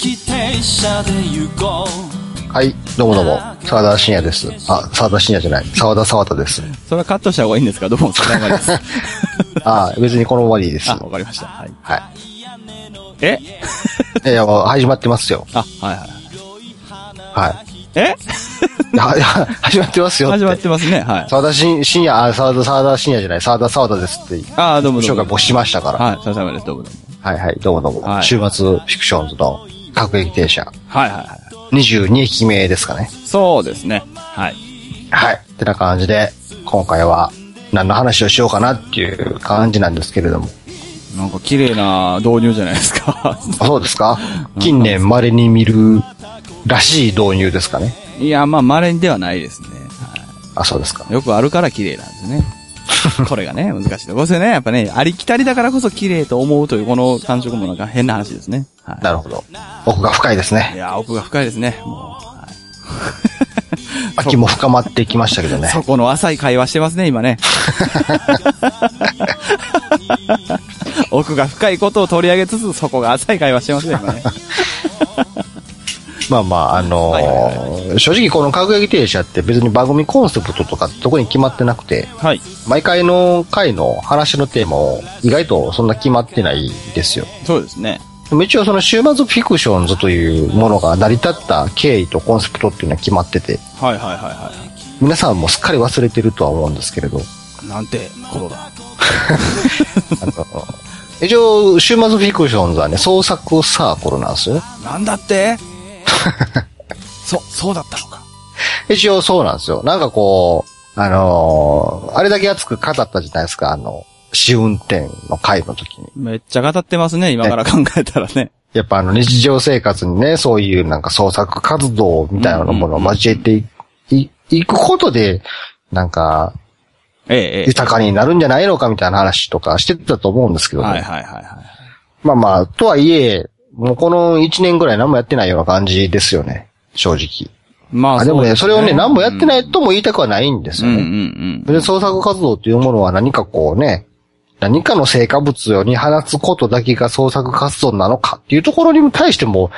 列車で行こはい、どうもどうも、沢田信也です。あ、沢田信也じゃない、沢田沢田です。それはカットした方がいいんですかどうも、お疲れ様です。あ、別にこのままでいいです。あ、はわかりました。はい。い。えいやいや、もう始まってますよ。あ、はいはい。はえい。あいや始まってますよって。始まってますね。はい。沢田信信也、あ、沢田沢田信也じゃない、沢田沢田ですって、あーどうもど紹うも。介もしましたから。はい、ささまです。どうもどうも。はいはい、どうもどうも。はい週末フィクションズの各駅停車、はいはいは22駅目ですかね。い。そうですね。はい。はい。ってな感じで、今回は何の話をしようかなっていう感じなんですけれども。なんか綺麗な導入じゃないですか。 あそうですか近年稀に見るらしい導入ですかね。いや、まあ、稀ではないですね。あ、そうですか。よくあるから綺麗なんですね。これがね、難しいところですよね。やっぱね、ありきたりだからこそ綺麗と思うという、この感触もなんか変な話ですね。はい。なるほど。奥が深いですいね。や、奥が深いですね。もう、はい秋も深まってきましたけどね。そこの浅い会話してますね、今 ね。奥が深いことを取り上げつつ、そこが浅い会話してますね、今ね。まあまあ、あのーはいは正直この各駅停車って別に番組コンセプトとかどこに決まってなくて、 はい。毎回の回の話のテーマを意外とそんな決まってないですよ。そうですね。でも一応その週末フィクションズというものが成り立った経緯とコンセプトっていうのは決まってて、はいはいはいは皆さんもすっかり忘れてるとは思うんですけれど、い。なんてことだ。あの一応、週末フィクションズはね、創作サークルなんですよね。なんだって そ、そうだったのか。一応そうなんですよ。なんかこう、あのーあれだけ熱く語ったじゃないですか、あの、試運転の回の時に。めっちゃ語ってますね、今から考えたらね。やっぱあの、日常生活にね、そういうなんか創作活動みたいなものを交えてい,、いくことで、なんか、ええ、え豊かになるんじゃないのかみたいな話とかしてたと思うんですけえ。どね。はいはいはいはい。まあまあ、とはいえ、もうこの1年ぐらい何もやってないような感じですよね。正直。まあ、でもね、それをね、何もやってないいとも言いたくはないんですうよんうんうね。ん。で、創作活動というものは何かこうね、何かの成果物をに放つことだけが創作活動なのかっていうところに対しても、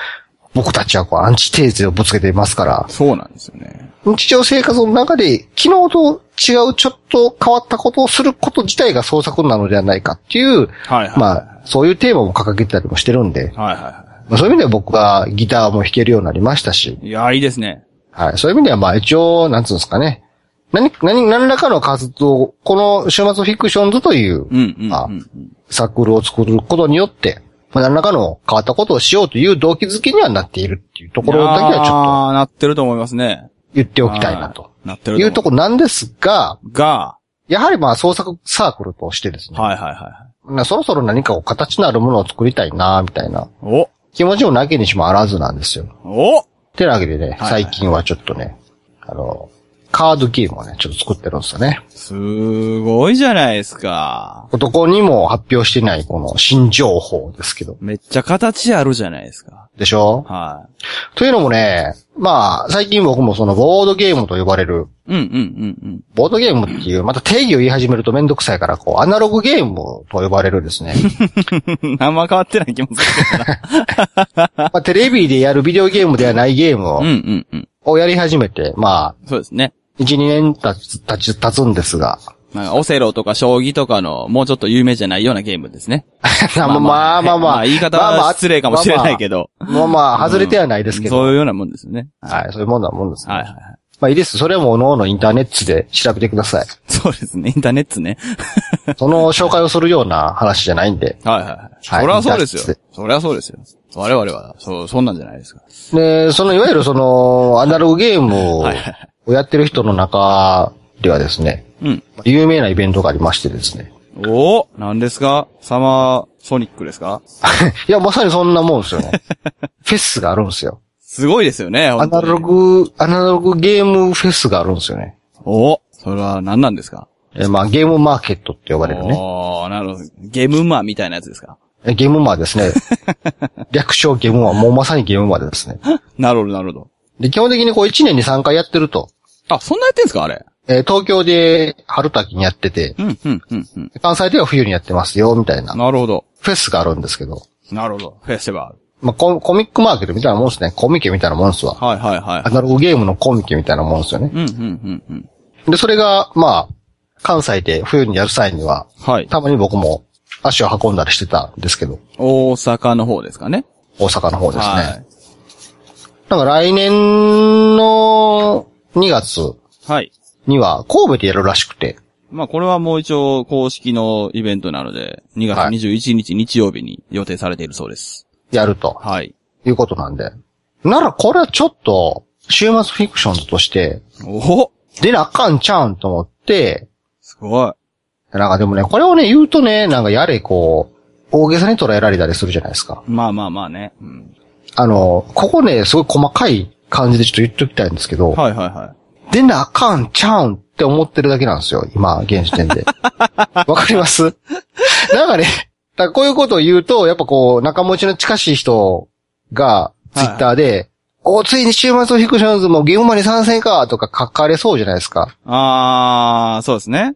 僕たちはこうアンチテーゼをぶつけていますから、そうなんですよね。日常生活の中で昨日と違うちょっと変わったことをすること自体が創作なのではないかっていう、はいはい。まあ、そういうテーマも掲げてたりもしてるんで、はいはいはまあそういう意味では僕はギターも弾けるようになりましたし、い。いや、いいですね。はい。そういう意味では、まあ一応、なんつうんですかね。何、何、何らかの活動、この週末フィクションズといううんうん、あうん。サークルを作ることによって、まあ何らかの変わったことをしようという動機づけにはなっているっていうところだけはちょっああ、なってると思いますね。と言っておきたいなとは。い。なってるいうところなんですが、が、やはりまあ創作サークルとしてですね、はいはいは。まあそろそろ何かを形のあるものを作りたいな、みたいない気持ちもなきにしもあらずなんですよ。おおてなわけでね、はい最近はちょっとね、あの、カードゲームをね、ちょっと作ってるんですよね。すごいじゃないですか。どこにも発表してないこの新情報ですけど。めっちゃ形あるじゃないですか。でしょはというのもね、まあ、最近僕もそのボードゲームと呼ばれる、い。うんうんうんうん。ボードゲームっていう、また定義を言い始めるとめんどくさいから、こう、アナログゲームと呼ばれるです ね。あんま変わってない気もするけどな。まあ、テレビでやるビデオゲームではないゲームをうんうんうん。をやり始めて、まあ、そうですね。 1、2年経つ、経つ、経つんですが、なんか、オセロとか将棋とかの、もうちょっと有名じゃないようなゲームですね。 まあまあまあまあ。言い方は失礼かもしれないけど。ど。まあまあ、外れてはないですけど。そういうようなもんですよね。ははい、そういうもんだもんです、いね。ははいい。はい。まあいいです。それはもう、おのおのインターネットで調べてくだ さい。そうですね。インターネットね。その紹介をするような話じゃないんで。はいはいはい。はいそれはそうです脱よ出。それはそうですよ。我々は、そう、そんなんじゃないですか。で、その、いわゆるその、アナログゲームをはいはいはをやってる人の中ではですね、うん。有名なイベントがありましてですね。 おお何ですかサマーソニックですかいや、まさにそんなもん ですよね。フェスがあるんですよ。すごいですよね。ア本当ナにロ。グ、アナログゲームフェスがあるんですよね。おおそれは何なんですかえまあ、ゲームマーケットって呼ばれるね。おーなるほど。ゲームマーみたいなやつですか えゲームマーですね。略称ゲームマー。もうまさにゲームマーですね。なるほど、なるほど。で、基本的にこう1年に3回やってると。あ、そんなやってんすかあれ。えー東京で春と秋にやってて、うん、うん、うん、うん。関西では冬にやってますよ、みたいななるほど。フェスがあるんですけど。なるほど。フェスティバル。まあコ、コミックマーケットみたいなもんですね。コミケみたいなもんですわ。はいはいはいア。ナログゲームのコミケみたいなもんですよね。うん、うん、うん、うん。で、それが、まあ、関西で冬にやる際には、はい。たまに僕も足を運んだりしてたんですけど、大阪の方ですかね。大阪の方ですね。はい。なんか来年の2月はい。には神戸でやるらしくて、まあ、これはもう一応公式のイベントなので、2月はい21日日曜日に予定されているそうです。やるとはい。いうことなんで。ならこれはちょっと、週末フィクションズとして、おお出なあかんちゃうんと思って、すごい。なんかでもね、これをね、言うとね、なんかやれこう、大げさに捉えられたりするじゃないですか。まあまあまあね。うん、あの、ここね、すごい細かい感じでちょっと言っときたいんですけど、はいはいは出なあかんちゃうんって思ってるだけなんですよ、今、現時点で。 わかりますなんかね、だからこういうことを言うと、やっぱこう、仲持ちの近しい人が、はツいイッターで、お、ついに週末をフィクションズもゲームマンに参戦か、とか書かれそうじゃないですか。い。あー、そうですね。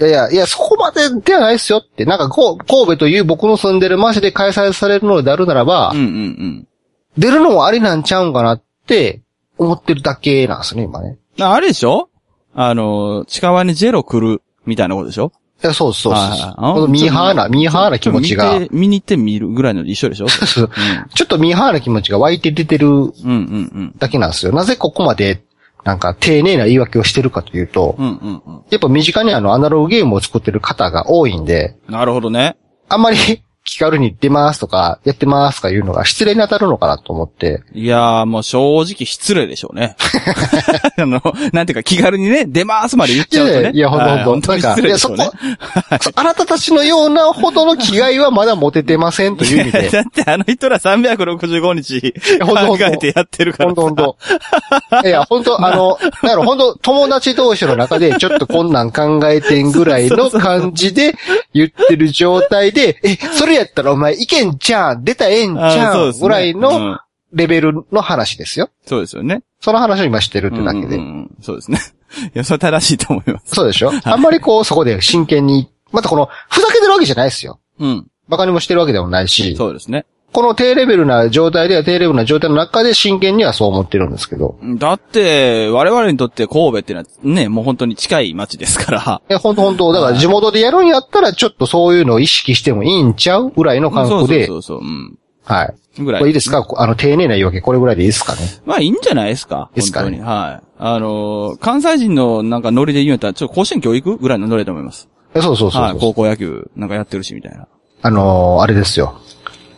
いやいや、いや、そこまでではないですよって、なんかこう、神戸という僕の住んでる町で開催されるのであるならば、うんうんうん。出るのもありなんちゃうんかなって、思ってるだけなんですね、今ね。ああれでしょあの、近場にジェロ来る、みたいなことでしょいや、そうですそうですはいはいあこのミーハーな、ミーハーな気持ちが見。て見に行って見るぐらいの一緒でしょうそう ちょっとミーハーな気持ちが湧いて出てるんうんうんだけなんですよ。なぜここまで、なんか丁寧な言い訳をしてるかというと、うん。うんうんうん。やっぱ身近にあのアナログゲームを作ってる方が多いんで、なるほどね。あんまり 気軽に出ますとか、やってますとかいうのが失礼に当たるのかなと思って、いやー、もう正直失礼でしょう ね。あの、なんていうか気軽にね、出ますまで言っちゃうとね。いやいやほんとはいほんと本当に失礼でしょうねなん。そう あなたたちのようなほどの気概はまだ持ててませんという意味で、 だってあの人ら365日やほんとほ考んとえてやってるからほんさ。とほんと。いや、ほんと、あの、だからほんと、友達同士の中で、ちょっとこんなん考えてんぐらいの感じで言ってる状態で、え、それやったらお前いけんじゃん出たらええんじあーそうゃでんすぐねらいうんのレベルの話ですよ。そうですよね。その話を今してるってだけうんうで。んうんそうですね。 いや、それ正しいと思います。そうでしょあんまりこう、そこで真剣に、またこの、ふざけてるわけじゃないですよ。うん。バカにもしてるわけでもないし、そうですね。この低レベルな状態では低レベルな状態の中で真剣にはそう思ってるんですけど。だって、我々にとって神戸ってのはね、もう本当に近い街ですから。え、本当本当だから地元でやるんやったら、ちょっとそういうのを意識してもいいんちゃうぐらいの感覚でそ。うそうそうそう、うん。はい。ぐらこれいいい。ですかこあの、丁寧な言い訳、これぐらいでいいですかねまあいいんじゃないですか。いいっすかね本当に。はい。あのー関西人のなんかノリで言うんやったら、ちょっと甲子園教育ぐらいのノリだと思います。えそうそうそうそうはい。高校野球なんかやってるし、みたいな。あのーあれですよ。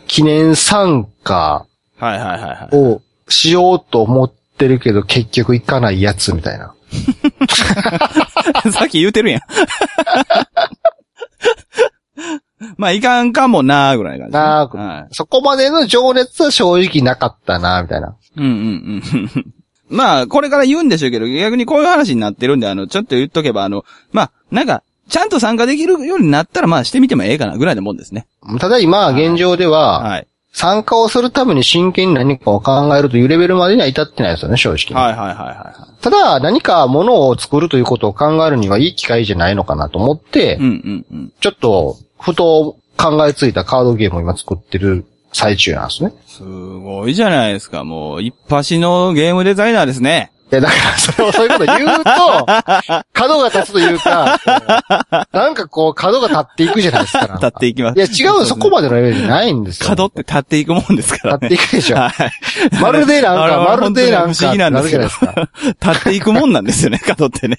記念参加はいはいはいはい。をしようと思ってるけど、結局行かないやつみたいな。 さっき言うてるやん。まあ、いかんかもなーぐらいな感じ、ね。なーくはい。そこまでの情熱は正直なかったな、みたいな。うんうんうん。 まあ、これから言うんでしょうけど、逆にこういう話になってるんで、あの、ちょっと言っとけば、あの、まあ、なんか、ちゃんと参加できるようになったら、まあ、してみてもええかな、ぐらいのもんですね。ただ今、現状では、はい。参加をするために真剣に何かを考えるというレベルまでには至ってないですよね、正直。はいはいはいはただ、何か物を作るということを考えるにはいい機会じゃないのかなと思って、い。うんうんうん。ちょっと、ふと考えついたカードゲームを今作ってる最中なんですね。すごいじゃないですか、もう、一発のゲームデザイナーですね。いや、だから、それを、そういうこと言 うと、角が立つというか、なんかこう、角が立っていくじゃないですか。なん立かっていきます。いや、違う、そこまでのレベルじゃないんですよ。角って立っていくもんですから立ね。っていくでしょ。はい。まるでなんか、 あまれるでなんか、本当に不思議なんでするけどじゃないですか。立っていくもんなんですよね、角ってね。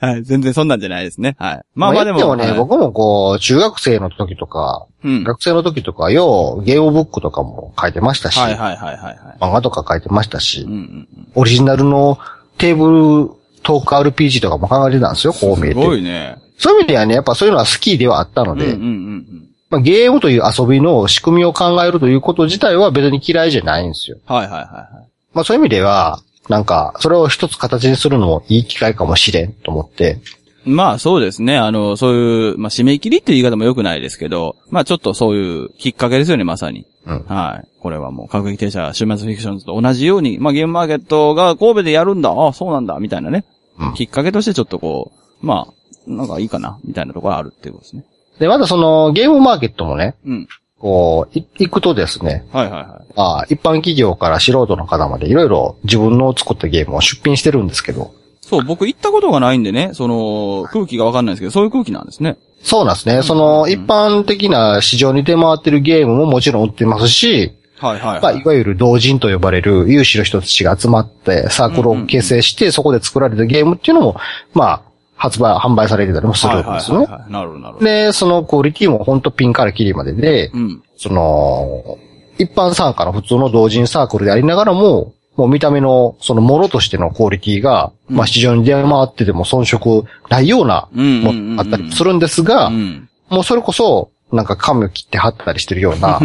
はい、全然そんなんじゃないですね。はい。ままああまあまあででも。もね、はい僕もこう、中学生の時とか、うん。学生の時とか、よう、ゲームブックとかも書いてましたし、はいはいはいはいはい。漫画とか書いてましたし、うんうんうん。オリジナルのテーブルトーク RPG とかも考えてたんですよ、こう見えすごて。いね。そういう意味ではね、やっぱそういうのは好きではあったのうんで、うんうんうん。まあ、ゲームという遊びの仕組みを考えるということ自体は別に嫌いじゃないんですよ。はいはいはいはい。まあそういう意味では、なんか、それを一つ形にするのもいい機会かもしれんと思って、まあそうですね。あの、そういう、まあ締め切りっていう言い方も良くないですけど、まあちょっとそういうきっかけですよね、まさに。うんはい。これはもう、各撃停車、週末フィクションズと同じように、まあゲームマーケットが神戸でやるんだ、ああ、そうなんだ、みたいなね。うんきっかけとしてちょっとこう、まあ、なんかいいかな、みたいなところがあるっていうことですね。で、まだその、ゲームマーケットもね、うん。こう、い行くとですね、はいはいはい。まあ、一般企業から素人の方までいろいろ自分の作ったゲームを出品してるんですけど、そう、僕行ったことがないんでね、その、空気がわかんないんですけど、そういう空気なんですね。そうなんですね。その、一般的な市場に出回ってるゲームももちろん売ってますし、はいはいまはあ、いい。わゆる同人と呼ばれる有志の人たちが集まってサークルを結成して、そこで作られたゲームっていうのも、まあ、発売、販売されてたりもするんですはいはねい。はいはい。なるほどなるほど。で、そのクオリティも本当ピンからキリまでで、うん。その、一般参加の普通の同人サークルでありながらも、もう見た目の、そのものとしてのクオリティが、うんまあ市場に出回ってても遜色ないようなうんものあったりもするんですが、うん。もうそれこそ、なんか紙を切って貼ったりしてるような、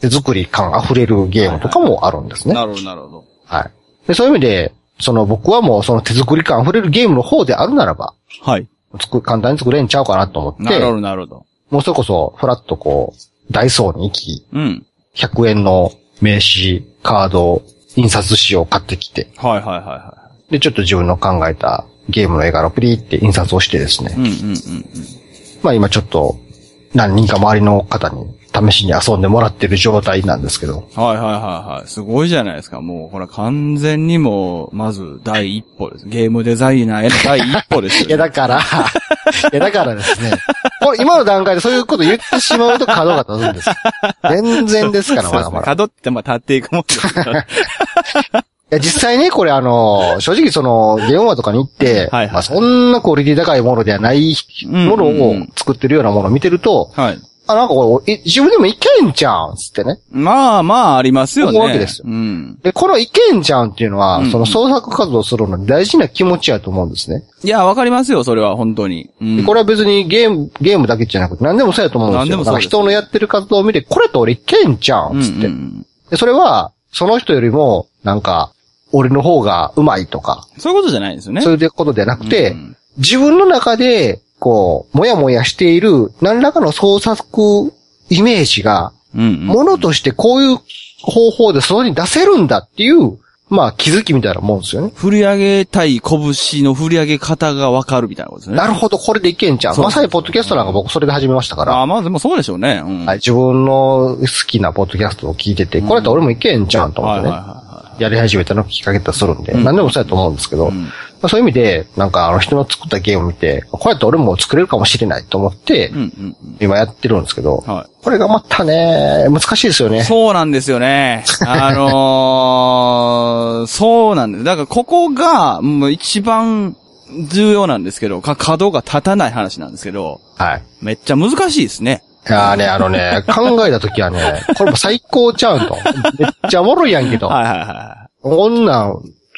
手作り感溢れるゲームとかもあるんですね。なるほどなるほど。はい。で、そういう意味で、その僕はもうその手作り感溢れるゲームの方であるならば、はい。作簡単に作れんちゃうかなと思っなるほて、どなるほど。もうそれこそ、フラッとこう、ダイソーに行き、うん。 100円の名刺、カード、印刷紙を買ってきて、はいはいはいはで、ちょっと自分の考えたゲームの絵柄をプリって印刷をしてですねい。、うんうんうんまあ今ちょっと、何人か周りの方に試しに遊んでもらってる状態なんですけ ど、うん。はいはいはいはい。すごいじゃないですか。もう、ほら、完全にもう、まず、第一歩です。ゲームデザイナーへの第一歩ですよ、 いや、だから、いや、だからですね。これ今の段階でそういうこと言ってしまうと角が立つんです。全然で すから、まだまだ。い角って、まあ、立っていくもんですから。や、実際ね、これあの、正直その、ゲームマとかに行って、はいはいまあそんなクオリティ高いものではないものうんうをんうん作ってるようなものを見てると、はい。あ、なんかこれ、い自分でもいけんじゃうんつってね。まあまあ、ありますよね。思うわけですようん。で、このいけんじゃうんっていうのは、うんうんその創作活動するのに大事な気持ちやと思うんですね。いや、わかりますよ、それは、本当に。うでん。これは別にゲーム、ゲームだけじゃなくて何でもそうやと思うんですよ。何でもそなうんですか人のやってる活動を見て、これと俺いけんじゃうんつって。うんうんうんで、それは、その人よりも、なんか、俺の方がうまいとか、そういうことじゃないんですよね。そういうことではなくて、うん自分の中で、こう、もやもやしている、何らかの創作イメージが、うんうん。ものとしてこういう方法で外に出せるんだっていう、まあ気づきみたいなもんですよね。振り上げたい拳の振り上げ方がわかるみたいなことですね。なるほど、これでいけんじゃん。そうまさにポッドキャストなんか僕それで始めましたから。ああ、まあでもそうでしょうね。うん。はい、自分の好きなポッドキャストを聞いてて、これやったら俺もいけんじゃんと思っはいてはいね、はやり始めたのがきっかけだとするんで、うん何でもそうやと思うんですけど、いはい。うんまあそういう意味で、なんかあの人の作ったゲームを見て、これやったら俺も作れるかもしれないと思ってう、んうんうん。今やってるんですけど、はこれがまたね、難しいですよい。ね。そうなんですよね。あ のー、そうなんです。だからここが、もう一番重要なんですけど、か角が立たない話なんですけど、はい。めっちゃ難しいですね。いやーね、あ のね、考えた時はね、これも最高ちゃうんと。めっちゃおもろいやんけど、はいはいはこんなん、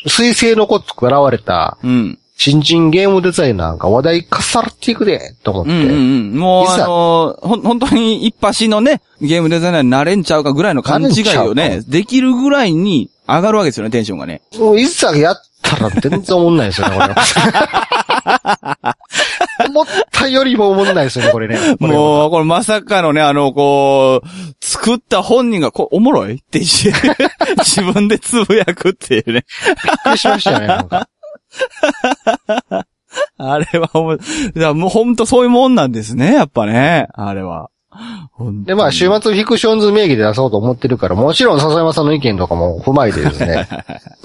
水星の子つく現れた、い。うん。新人ゲームデザイナーが話題かっさらっていくで、と思っうて。んうんうん。もう、いあざのー、ほん、本当に一発のね、ゲームデザイナーになれんちゃうかぐらいの勘違いをなれね、できるぐらいに上がるわけですよね、テンションがね。もういざやったら全然おもんないですよね、こ れ。思ったよりもおもんないですよね、これね。これもう、これまさかのね、あの、こう、作った本人が、こう、おもろいって 一瞬自分でつぶやくっていうね。びっくりしましたよね、なんか。あれはおも、いや、もうほんとそういうもんなんですね、やっぱね。あれは。で、まあ、週末。末フィクションズ名義で出そうと思ってるから、もちろん笹山さんの意見とかも踏まえてで すね。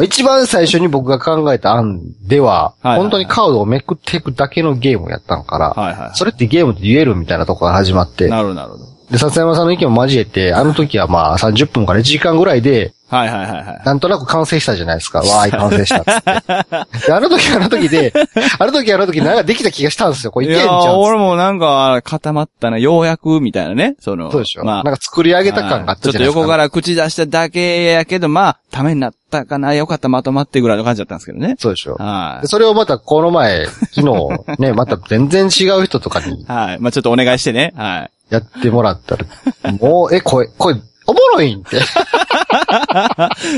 一番最初に僕が考えた案では、はいはいはい本当にカードをめくっていくだけのゲームをやったのから、はいはいはいそれってゲームって言えるみたいなとこから始まって、なるほど、なるほど。で、笹山さんの意見を交えて、あの時はまあ30分から1時間ぐらいで、はいはいはいはい。なんとなく完成したじゃないですか。 わーい、完成したっつって。であの時はあの時で、あの時はあの時なんかできた気がしたんですよ。これいけんじゃんっつやーって。俺もなんか、固まったな、ようやく、みたいなね。その、そうでしょ、まあなんか作り上げた感があったじちょっゃないですか。と横から口出しただけやけど、まあ、ためになったかな、よかった、まとまってぐらいの感じだったんですけどね。そうでしょはでそれをまたこの前、昨日、ね、ま た全然違う人とかにい。はい。まあ、ちょっとお願いしてね。はい。やってもらったら、もう、え、これ、これ、おもろいんって。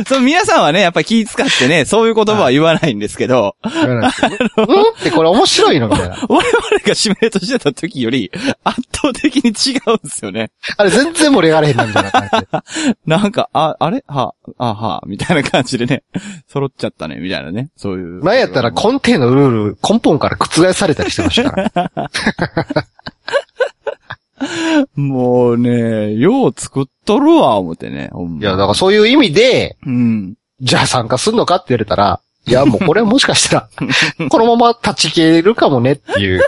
そう、皆さんはね、やっぱり気使ってね、そういう言葉は言わないんですけど、言われますよねうんってこれ面白いのみたいな。我々が指名としてた時より、圧倒的に違うんですよね。あれ全然盛り上がれへんなみたいな感じで。なんか、あ、あれは、あ、は、みたいな感じでね、揃っちゃったね、みたいなね。そういう。なんやったら根底のルール、根本から覆されたりしてましたから。もうね、よう作っとるわ、思ってね。ほんまいや、だからそういう意味で、うん。じゃあ参加すんのかって言われたら、いや、もうこれはもしかしたら、このまま立ち消えるかもねっていう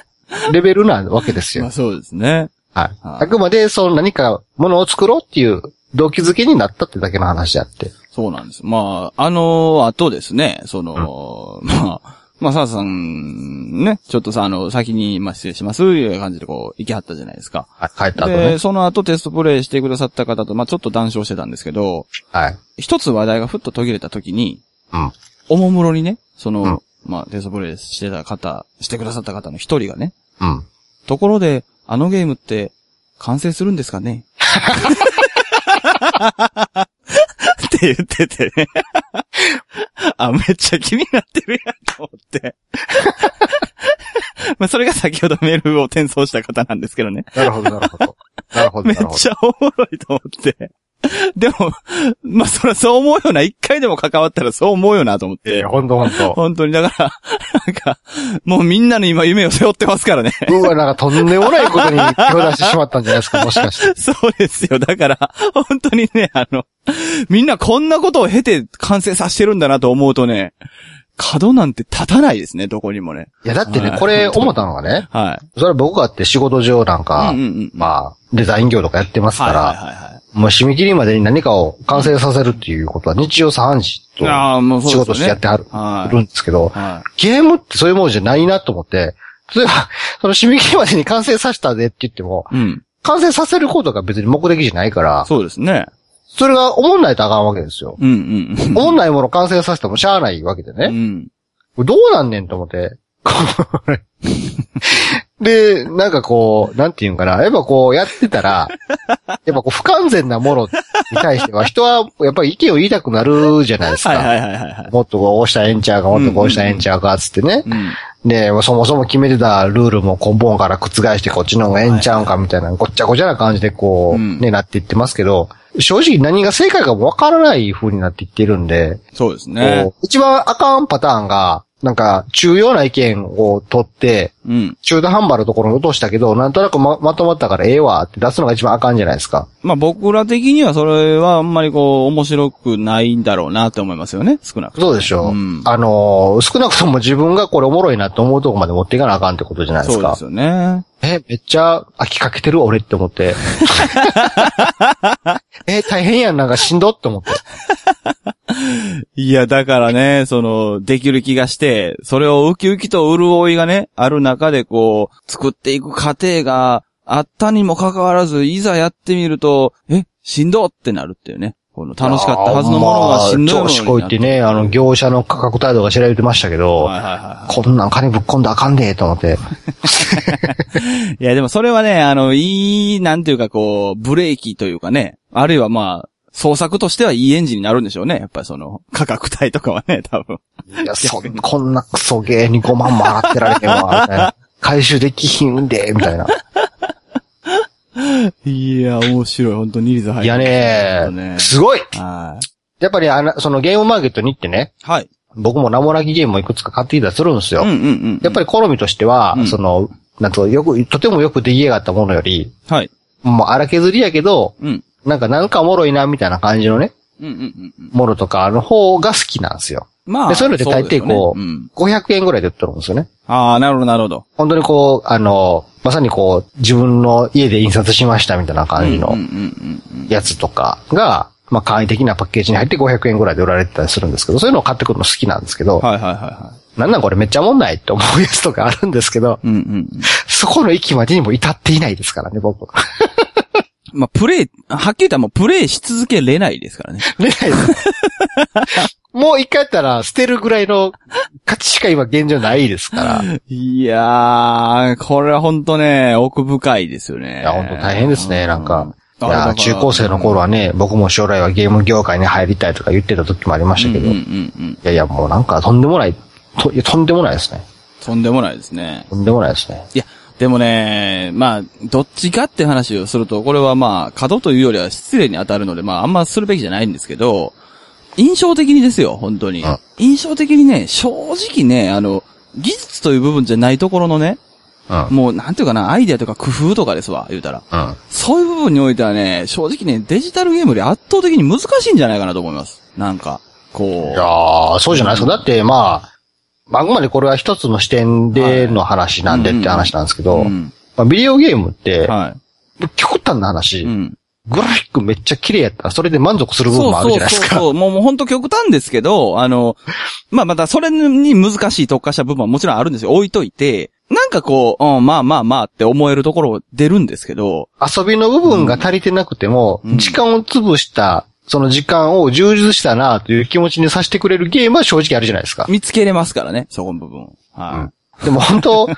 レベルなわけですまあよ。そうですね。はい。はいあくまで、その何かものを作ろうっていう動機づけになったってだけの話であって。そうなんです。まあ、あの、あとですね、その、まあ、まあ、サーさん、ね、ちょっとさ、あの、先に、まあ、失礼します、いう感じでこう、行きはったじゃないですか。はい帰った後で、ね。その後テストプレイしてくださった方と、まあ、ちょっと談笑してたんですけど、はい。一つ話題がふっと途切れた時に、うん。おもむろにね、その、うんまあ、テストプレイしてた方、してくださった方の一人がね、うん。ところで、あのゲームって、完成するんですかねって言っててね。あ、めっちゃ気になってるやんと思って。まあ、それが先ほどメールを転送した方なんですけどね。なるほど、なるほど。なる ほど、めっなるほど。ちゃおもろいと思って。でも、まあ、そらそう思うよな。一回でも関わったらそう思うよなと思っえて。ほんとほんと。本当に、だから、なんか、もうみんなの今夢を背負ってますからね。うわ、なんかとんでもないことに手を出してしまったんじゃないですか、もしかして。 そうですよ。だから、本当にね、あの、みんなこんなことを経て完成させてるんだなと思うとね、角なんて立たないですね、どこにもね。いや、だってはねい、これ思ったのがね、はそれは僕がって仕事上なんい。かうん、うんうん。あ、まあ、デザイン業とかやってますはかいはいら、はいはい。もう締め切りまでに何かを完成させるっていうことは日曜3時とああ、もうそうです仕よね。事してやってはる、はいるんですけど、はゲームってそういうものじゃないなと思って、例えば、その締め切りまでに完成させたでって言っても、い。うん。完成させることが別に目的じゃないから、そうですね。それが思んないとあかんわけですよ。うんうんうん。思んないもの完成させてもしゃあないわけでね。うん。どうなんねんと 思って。これで、なんかこう、なんていうんかな。やっぱこうやって たら、やっぱこう不完全なものに対しては人はやっぱり意見を言いたくなるじゃないですはいか。はいはいはいはい。もっとこうしたらええんちゃうか、もっとこうしたらええんちゃうか、つってねう。ん。で、そもそも決めてたルールも根本から覆してこっちの方がええんちゃうんかみたいな、ごっちゃごちゃな感じでこうう、んね、なっていってますけど、正直何が正解かもわからない風になっていってるんで、そうですねこ。う一番あかんパターンが、なんか、重要な意見を取って、うん。中途半端なところに落としたけど、なんとなくま、まとまったからええわって出すのが一番あかんじゃないですか。まあ僕ら的にはそれはあんまりこう面白くないんだろうなって思いますよね、少なくとも。そうでしょう、うんあのー少なくとも自分がこれおもろいなと思うとこまで持っていかなあかんってことじゃないですそうでか。すよね。え、めっちゃ飽きかけてる俺って思って。え、大変やん、なんかしんどって思って。いや、だからね、その、できる気がして、それをウキウキと潤いがね、ある中でこう、作っていく過程があったにもかかわらず、いざやってみると、え、しんどってなるっていうね。この楽しかったはずのものがしんどいものになまあ調る子こいってね、あの、業者の価格帯とか調べてましたけど、はいはいはいはこんなん金ぶっ込んだらあかんねえと思って。い。いや、でもそれはね、あの、いい、なんていうかこう、ブレーキというかね、あるいはまあ、創作としてはいいエンジンになるんでしょうね。やっぱりその、価格帯とかはね、多分。いや、そん、こんなクソゲーに5万も払ってられへんわ、みたいな。回収できひんで、みたいな。いや、面白い。本当にリズ入いやね、すごいはい。やっぱりあの、そのゲームマーケットに行ってね、はい。僕も名もなきゲームをいくつか買ってきたりするんですよ。うんうんうん。やっぱり好みとしては、うんその、なんとよく、とてもよく出来上がったものより、り。はい。もう荒削りやけど、うん。なんかなんかおもろいな、みたいな感じのね、うんうんうんうん。ものとかの方が好きなんですよ。までそういうのって大抵こうですよねん500円ぐらいで売ってるんですよね。ああ、なるほど、なるほど。本当にこう、あの、まさにこう、自分の家で印刷しましたみたいな感じうんのうんうんうん。やつとかが、まあ簡易的なパッケージに入って500円ぐらいで売られてたりするんですけど、そういうのを買ってくるの好きなんですけど、はいはいはいはなんなんこれめっちゃおもんないって思うやつとかあるんですけど、い。うんうんうん。そこの域までにも至っていないですからね、僕。まあ、プレイ、はっきり言ったらもうプレイし続けれないです からね。ね もう一回やったら捨てるぐらいの価値しか今現状ないです から。いやー、これはほんとね、奥深いですよね。いや、本当大変ですね、なんか。いうんあだかやら中高生の頃はね、僕も将来はゲーム業界に入りたいとか言ってた時もありましたけど、うんういんうんうん。やいや、もうなんかとんでもない、といやとんでもないですね。とんでもないですね。とんでもないですね。いや、でもね、まあ、どっちかって話をすると、これはまあ、角というよりは失礼に当たるので、まあ、あんまするべきじゃないんですけど、印象的にですよ、本当にうん。印象的にね、正直ね、あの、技術という部分じゃないところのね、うん。もう、なんていうかな、アイデアとか工夫とかですわ、言うたら。うん。そういう部分においてはね、正直ね、デジタルゲームより圧倒的に難しいんじゃないかなと思います。なんか、こいやーそうじゃないですか。だって、まあ、あくまでこれは一つの視点での話なんでって話なんですけう。ど、ん。まあ、ビデオゲームって、は。極端ない話、うん。グラフィックめっちゃ綺麗やったら、それで満足する部そ分うもあるそじうゃないでそすうか。そう。もうもう本当極端ですけど、あの、まあ、またそれに難しい特化した部分はもちろんあるんですよ。置いといて、なんかこう、うん、まあまあまあって思えるところ出るんですけど、遊びの部分が足りてなくても、うん時間を潰した、その時間を充実したなという気持ちにさせてくれるゲームは正直あるじゃないですか。見つけれますからね、そこの部分を。はでも本当、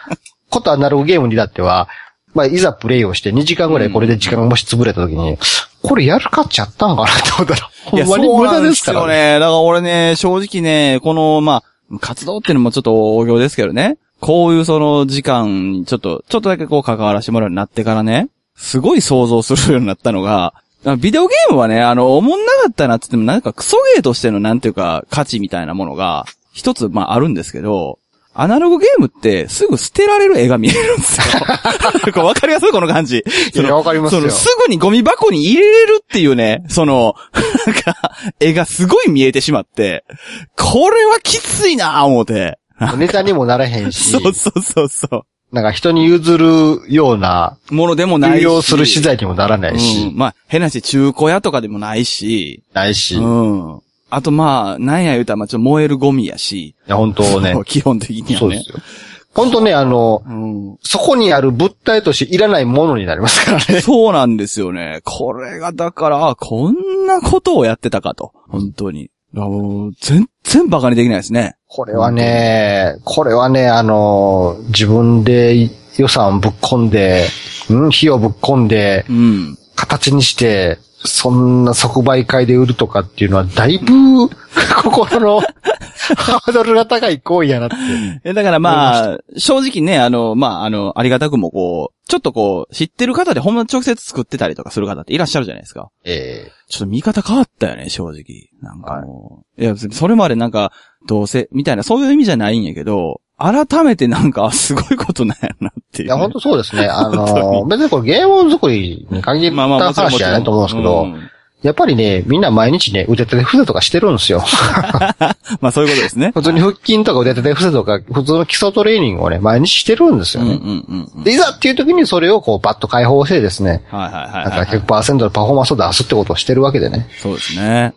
ことアナログゲームにだっては、まあ、いざプレイをして2時間ぐらいこれで時間がもし潰れた時に、これやるかっちゃったんかなって思ったら、い。いほや、んまにそう無な駄んでですすからよね。ね。だから俺ね、正直ね、この、まあ、活動っていうのもちょっと大行ですけどね。こういうその時間にちょっと、ちょっとだけこう関わらせてもらうようになってからね、すごい想像するようになったのが、あビデオゲームはね、あの、思んなかったなって言ってもなんかクソゲーとしてのなんていうか価値みたいなものが一つまああるんですけど、アナログゲームってすぐ捨てられる絵が見えるんですよ。こ れわかりやすいこの感じ。いや、わかりますそのよ。すぐにゴミ箱に入れれるっていう ね、その、なんか、絵がすごい見えてしまって、これはきついなぁ思って。ネタにもならへんしそ、うそうそうそなんか人に譲るような、う。ものでもない流し。用する資材にもならないうんし、まあ、変な話、中古屋とかでもないし、ないし、ういん。あとまあ、なんや言うたら、まあ、ちょっと燃えるゴミやし。や、本当ねそ。 う基本的にはね。そうですよ。本当ね、あの、うん。そこにある物体としていらないものになりますからね。そうなんですよね。これがだから、あこんなことをやってたかと。本当に。あもう全然バカにできないですね。これはね、これはね、あの、自分で予算ぶっ込んで、うん、費用ぶっ込んで、うん。形にして、そんな即売会で売るとかっていうのは、だいぶ、 心のハードルが高い行為やなって。え、だからまあ、正直ね、あの、まあ、あの、ありがたくもこう、ちょっとこう、知ってる方でほんま直接作ってたりとかする方っていらっしゃるじゃないですか。えちょっと見方変わったよね、正直。なんかもう。い、や、別にそれまでなんか、どうせ、みたいな、そういう意味じゃないんやけど、改めてなんか、あすごいことなんやなっていえう。いや、本当そうですね。あ 本の、別にこれゲーム作りに限ったまあまあ、もちろん話じゃないと思うんですけど、もちろんやっぱりね、みんな毎日ね、腕立て伏せとかしてるんです よ。うんまあ、そういうことですね。 普通に腹筋とか腕立て伏せとか、普通の基礎トレーニングをね、毎日してるんですうよんうんね。うんうん。で、いざっていう時にそれをこう、バッと解放してですね、はいはいなんはい、かはい。 100%のパフォーマンスを出すってことをしてるわけでね。そうですね。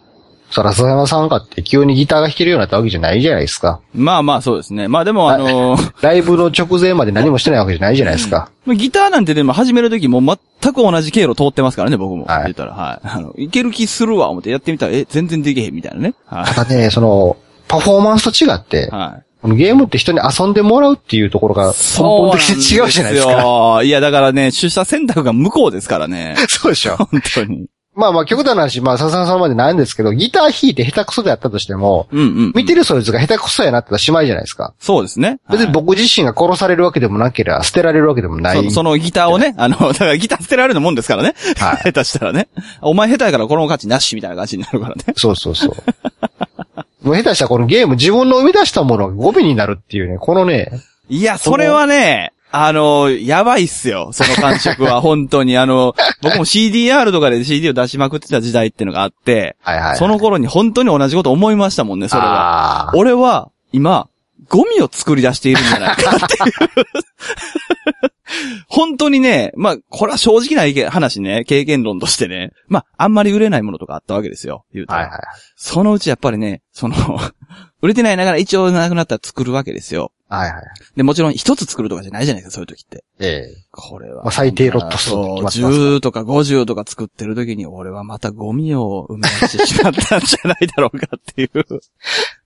そら、笹山さんかって急にギターが弾けるようになったわけじゃないじゃないですか。まあまあ、そうですね。まあでも、あのライブの直前まで何もしてないわけじゃないじゃないですか。まあギターなんてでも始めるときも全く同じ経路通ってますからね、僕も。はい言ったら、はい。 あの、いける気するわ、思ってやってみたら、え、全然できへん、みたいなね。はただね、その、パフォーマンスと違ってい。、はい。このゲームって人に遊んでもらうっていうところが根本的に違うじゃないですか。 か。いや、だからね、出社選択が向こうですからね。そうでしょ。本当に。まあまあ、極端な話、まあ、笹山さんまでないんですけど、ギター弾いて下手くそであったとしても、うんうん。見てるそいつが下手くそやなってしまいじゃないですか。そうですね。別にはい僕自身が殺されるわけでもなければ、捨てられるわけでもない。そそのギターをね、あの、だからギター捨てられるのもんですからね。はい下手したらね。お前下手やからこの価値なし、みたいな感じになるからね。そうそうそう。もう下手したらこのゲーム自分の生み出したものがゴミになるっていうね、このね、いや、それはね、あの、やばいっすよ。その感触 は、本当に。あの、僕も CDR とかで CD を出しまくってた時代っていうのがあって、はいはい。その頃に本当に同じこと思いましたもんね、それは。あー俺は、今、ゴミを作り出しているんじゃないかっていう。 本当にね、まあ、これは正直な意見話ね、経験論としてね。まあ、あんまり売れないものとかあったわけですよ。言うたらはいはい。そのうちやっぱりね、その、 売れてないながら一応なくなったら作るわけですよ。はいはい。で、もちろん一つ作るとかじゃないじゃないですか、そういう時って。ええ。これまあは。最低ロット数そう、決まってますか10とか50とか作ってる時に、俺はまたゴミを埋め出してしまったんじゃないだろうかっていう。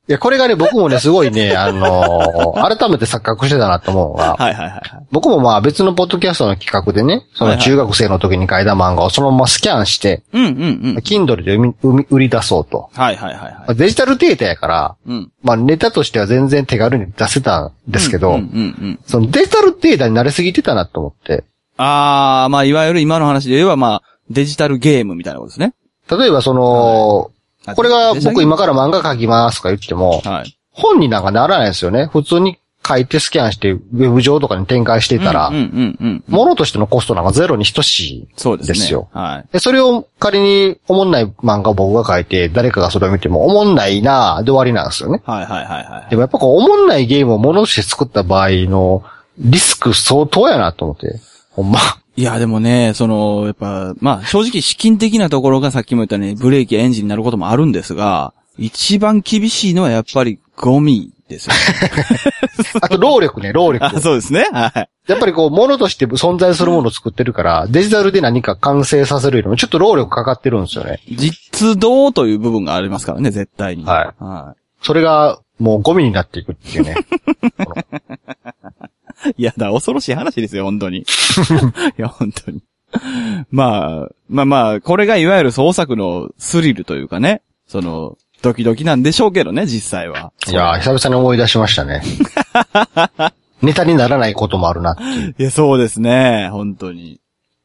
いや、これがね、僕もね、すご いね、あのー改めて錯覚してたなと思うのが、はいはいはい。僕もまあ別のポッドキャストの企画でね、そはのいはい中学生の時に書いた漫画をそのままスキャンして、うんうんうん。 Kindle で売み売み売り出そうと。はいはいはいまはあい。デジタルデータやから、うん。まあネタとしては全然手軽に出せたんですけど、うんうんうん。そのデジタルデータに慣れすぎてたなと思って、あー、まあいわゆる今の話で言えば、まあ、デジタルゲームみたいなことですね。例えばその、あこれが僕今。から漫画書きますとか言っても、はい。本になんかならないですよね。普通に書いてスキャンして、ウェブ上とかに展開してたら、うんうんうんうん。ものとしてのコストなんかゼロに等しい。そうですね。ですよはい。で、それを仮におもんない漫画を僕が書いて、誰かがそれを見てもおもんないなぁで終わりなんですよね。はいはいはいはい。でもやっぱこう、おもんないゲームをものとして作った場合のリスク相当やなと思って。ほんま。いや、でもね、その、やっぱ、まあ、正直資金的なところがさっきも言ったようにブレーキやエンジンになることもあるんですが、一番厳しいのはやっぱりゴミですよね。あと労力ね、労 力。あ、そうですね。はい。やっぱりこう、ものとして存在するものを作ってるから、デジタルで何か完成させるよりもちょっと労力かかってるんですよね。実動という部分がありますからね、絶対に。。はいはそれが、もうゴミになっていくって いうね。い。いやだ、恐ろしい話ですよ、本 当に。いや、本当に。まあ、まあまあ、これがいわゆる創作のスリルというかね、その、ドキドキなんでしょうけどね、実際は。いやー、久々に思い出しまし たね。ネタにならないこともあるなっていう。いや、そうですね、本当に。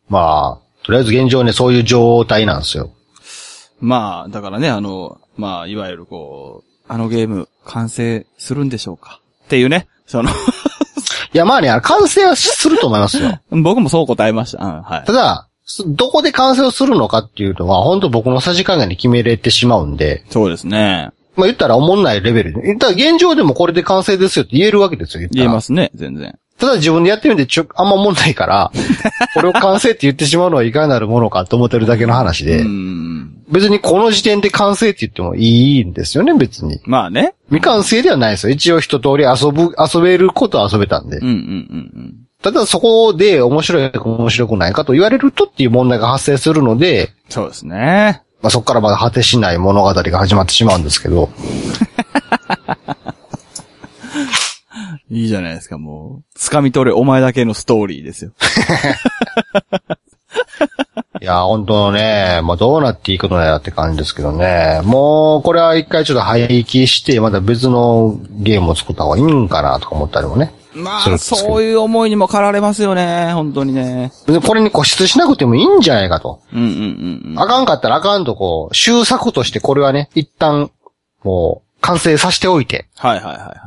まあ、とりあえず現状ね、そういう状態なんですよ。まあ、だからね、あの、まあ、いわゆるこう、あのゲーム、完成するんでしょうかっていうね、その、いや、まあね、あの完成はすると思いますよ。僕もそう答えました。うん、はいた。だ、すどこで完成をするのかっていうのは、本当僕のさじ加減に決めれてしまうんで、そうですね。まあ言ったら思んないレベルで、言ったら現状でもこれで完成ですよって言えるわけですよ、言ったら言えますね、全然。ただ自分でやってみてちょ、あんま思んな いから、これを完成って言ってしまうのはいかなるものかと思ってるだけの話うで、ん。別にこの時点で完成って言ってもいいんですよね、別に。まあね。未完成ではないですよ。一応一通り遊ぶ、遊べることは遊べたんでうん。うんうんただそこで面白いか面白くないかと言われるとっていう問題が発生するので、うん。そうですね。まあ、そこからまだ果てしない物語が始まってしまうんです けど、いいじゃないですか、もう。掴み取れお前だけのストーリーですよ。いや、本当ね、まあ、どうなっていくのやらって感じですけどね。もう、これは一回ちょっと廃棄して、また別のゲームを作った方がいいんかなとか思ったりもね。まそうあ、ですけどそういう思いにも駆られますよね、本当にね。別にこれに固執しなくてもいいんじゃないかと。うんうんうんあかんかったらあかんとこう、修作としてこれはね、一旦、もう、完成させておいて、はいはいはいはい。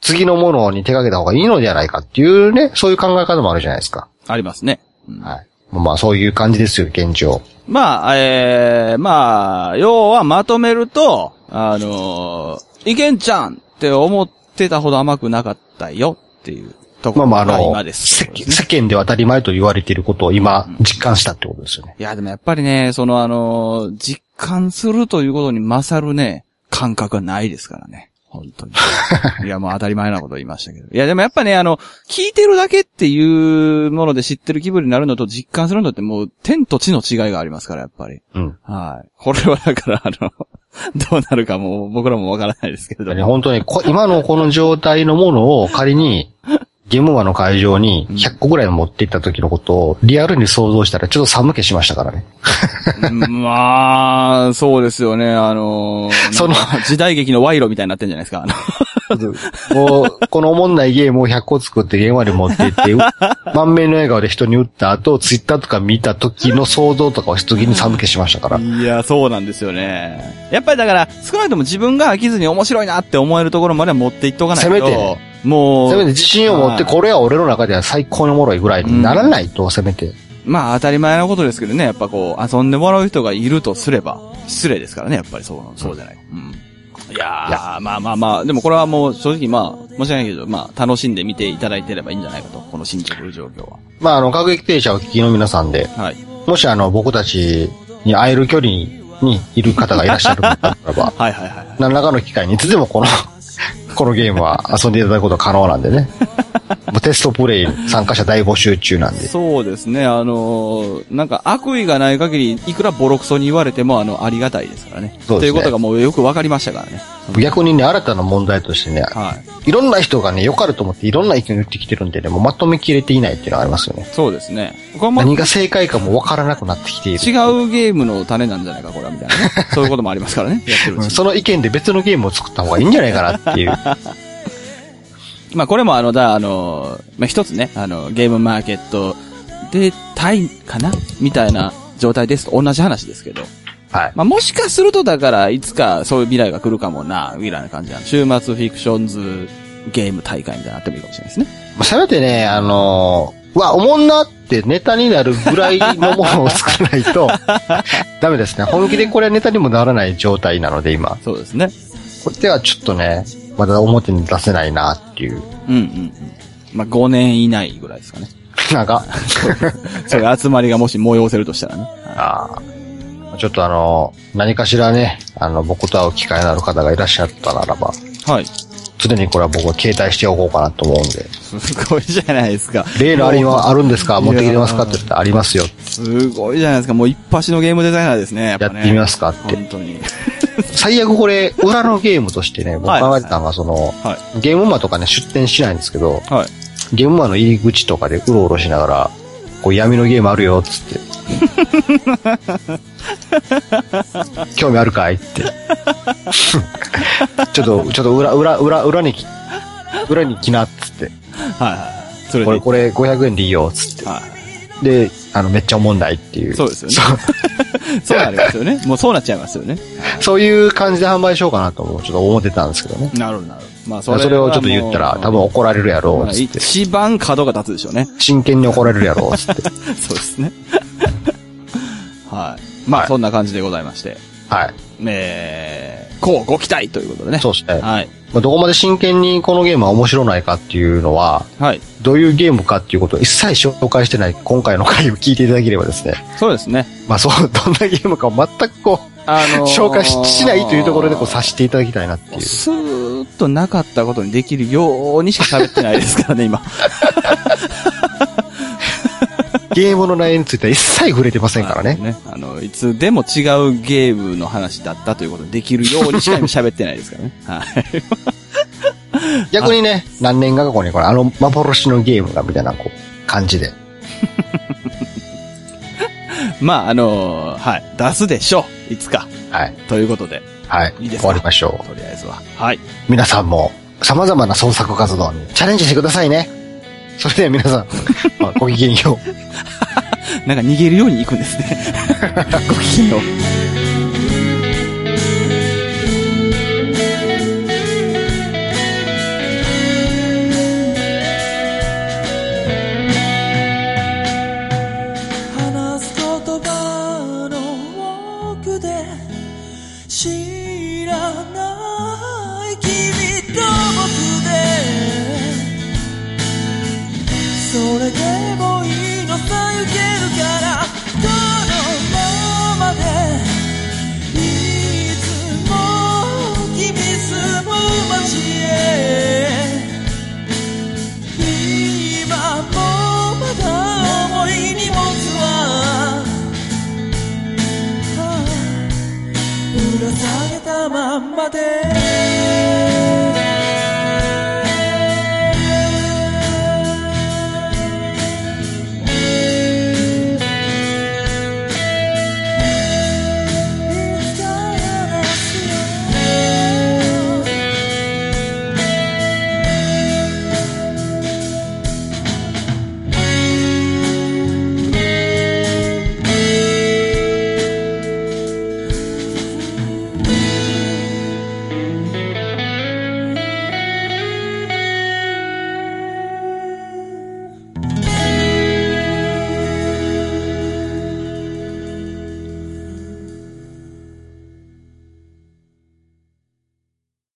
次のものに手掛けた方がいいのではないかっていうね、そういう考え方もあるじゃないですか。ありますね。うんはい。まあ、そういう感じですよ、現状。まあ、えー、まあ、要はまとめると、あのー、いけんちゃんって思ってたほど甘くなかったよっていうとこまあろまあ、あがの、今です世けどね、世間では当たり前と言われていることを今、実感したってことですよね。いや、でもやっぱりね、そのあのー、実感するということに勝るね、感覚はないですからね。本当に。いや、もう当たり前なこと言いましたけど。いや、でもやっぱね、あの、聞いてるだけっていうもので知ってる気分になるのと実感するのってもう天と地の違いがありますから、やっぱり。うん。はい。これはだから、あの、どうなるかもう僕らもわからないですけれども。本当にこ、今のこの状態のものを仮に、ゲームマの会場に100個ぐらい持っていった時のことをリアルに想像したらちょっと寒気しましたからね。まあ、そうですよね。あ のー、そのなんか時代劇の賄賂みたいになってんじゃないですか。あのもう、このおもんないゲームを100個作ってゲームまで持っていって、う 満面の笑顔で人に打った後、ツイッターとか見た時の想像とかをしときに寒気しましたから。いや、そうなんですよね。やっぱりだから、少なくとも自分が飽きずに面白いなって思えるところまでは持っていっとかないと。せめてもせめてう、自信を持って、はいこれは俺の中では最高のもろいぐらいにならないと、せめて。まあ当たり前のことですけどね、やっぱこう、遊んでもらう人がいるとすれば、失礼ですからね、やっぱりそう、そうじゃない。うん。いやー、いやまあまあまあ、でもこれはもう正直まあ、申し訳ないけど、まあ、楽しんで見ていただいてればいいんじゃないかと、この進捗状況は。まあ、あの、各駅停車をお聞きの皆さんで、はい。、もしあの、僕たちに会える距離にいる方がいらっしゃるのだったらば はいはいはいはい。何らかの機会にいつでもこの、 このゲームは遊んでいただくこと可能なん でね。もうテストプレイ参加者大募集中なんで。そうですね、あのーなんか悪意がない限り、いくらボロクソに言われても、あの、ありがたいですからね。そうとですねいうことがもうよくわかりましたからね。逆にね、新たな問題としてね、はい。いろんな人がね、良かれと思っていろんな意見を言ってきてるんでね、もうまとめきれていないっていうのがありますよね。そうですね。これも違何うが正解かもわからなくなってき ている。ゲームの種なんじゃないか、これは、みたい なね。そういうこともありますからね。やってるうちその意見で別のゲームを作った方がいいんじゃないかなっ ていう。にまあ、これもあの、だ、あの、まあ、一つね、あの、ゲームマーケットで、タイかなみたいな状態ですと同じ話ですけど。はい。まあ、もしかするとだから、いつかそういう未来が来るかもな、みたいな感じなの。週末フィクションズゲーム大会みたいになってもいいかもしれないですね。まあせめてね、あのーうわ、おもんなってネタになるぐらいのものを作らない と、ダメですね。本気でこれはネタにもならない状態なので、今。そうですね。これではちょっとね、まだ表に出せないなっていう。うんうんうん。まあ、5年以内ぐらいですか ね。なんか、それ集まりがもし催せるとしたらね。あーちょっとあのー何かしらね、あの、僕と会う機会のある方がいらっしゃったならば、はい。常にこれは僕は携帯しておこうかなと思うんで。すごいじゃないですか。例のありはあるんですかも持うってきてますかって言ったらありますよ。すごいじゃないですか。もう一発のゲームデザイナーですね。やっやぱっね。てみますかって。本当に。最悪これ、裏のゲームとしてね、僕はい考えてたのが、その、はゲームマとかね、出店しないんですけど、い。はい。ゲームマの入り口とかでうろうろしながら、こう闇のゲームあるよ、つ って。興味あるかいって。 ちょっと、ちょっと裏、裏、裏、裏に来、裏に来な、っつって。はいはい。それで。これ、これ500円でいいよ、つって。はで、あの、めっちゃおもんないっていう。い。そうですよね。そうなりますよね。もうそうなっちゃいますよね。そういう感じで販売しようかなとも、ちょっと思ってたんですけどね。なるほど、なるほど。まあ、そそれれはをちょっと言ったら、もう多分怒られるやろまう、あつって。一番角が立つでしょうね。 真剣に怒られるやろう、つって。そうですね。 はい。まあ、はいそんな感じでございまして。はい。えー、こうご期待ということでね。そうですね。はい。まあどこまで真剣にこのゲームは面白ないかっていうのは、はい。どういうゲームかっていうことを一切紹介してない今回の回を聞いていただければですね。そうですね。まあそう、 どんなゲームかを全くこあう、のー紹介ししないというところでこう察していただきたいなっていう。スーッとなかったことにできるようにしか喋ってないですからね、今。ゲームの内容については一切触れてませんからね。あの、いつでも違うゲームの話だったということでできるようにしか今喋ってないですからね。はい。逆にね、何年か後にこれ、あの幻のゲームがみたいなこう、感じで。まあ、あのーはい。出すでしょう。いつか。はい。ということで、はい。いいですか終わりましょう。とりあえずは。はい。皆さんも様々な創作活動にチャレンジしてくださいね。それでは 皆さん、まあごきげんよう。なんか逃げるように行くんですね。 ごきげんよう。話す言葉の奥で知らない君と僕でそれでもいいのさ行けるからこのままでいつも君住む街へ今もまだ重い荷物ははあぶら下げたまんまで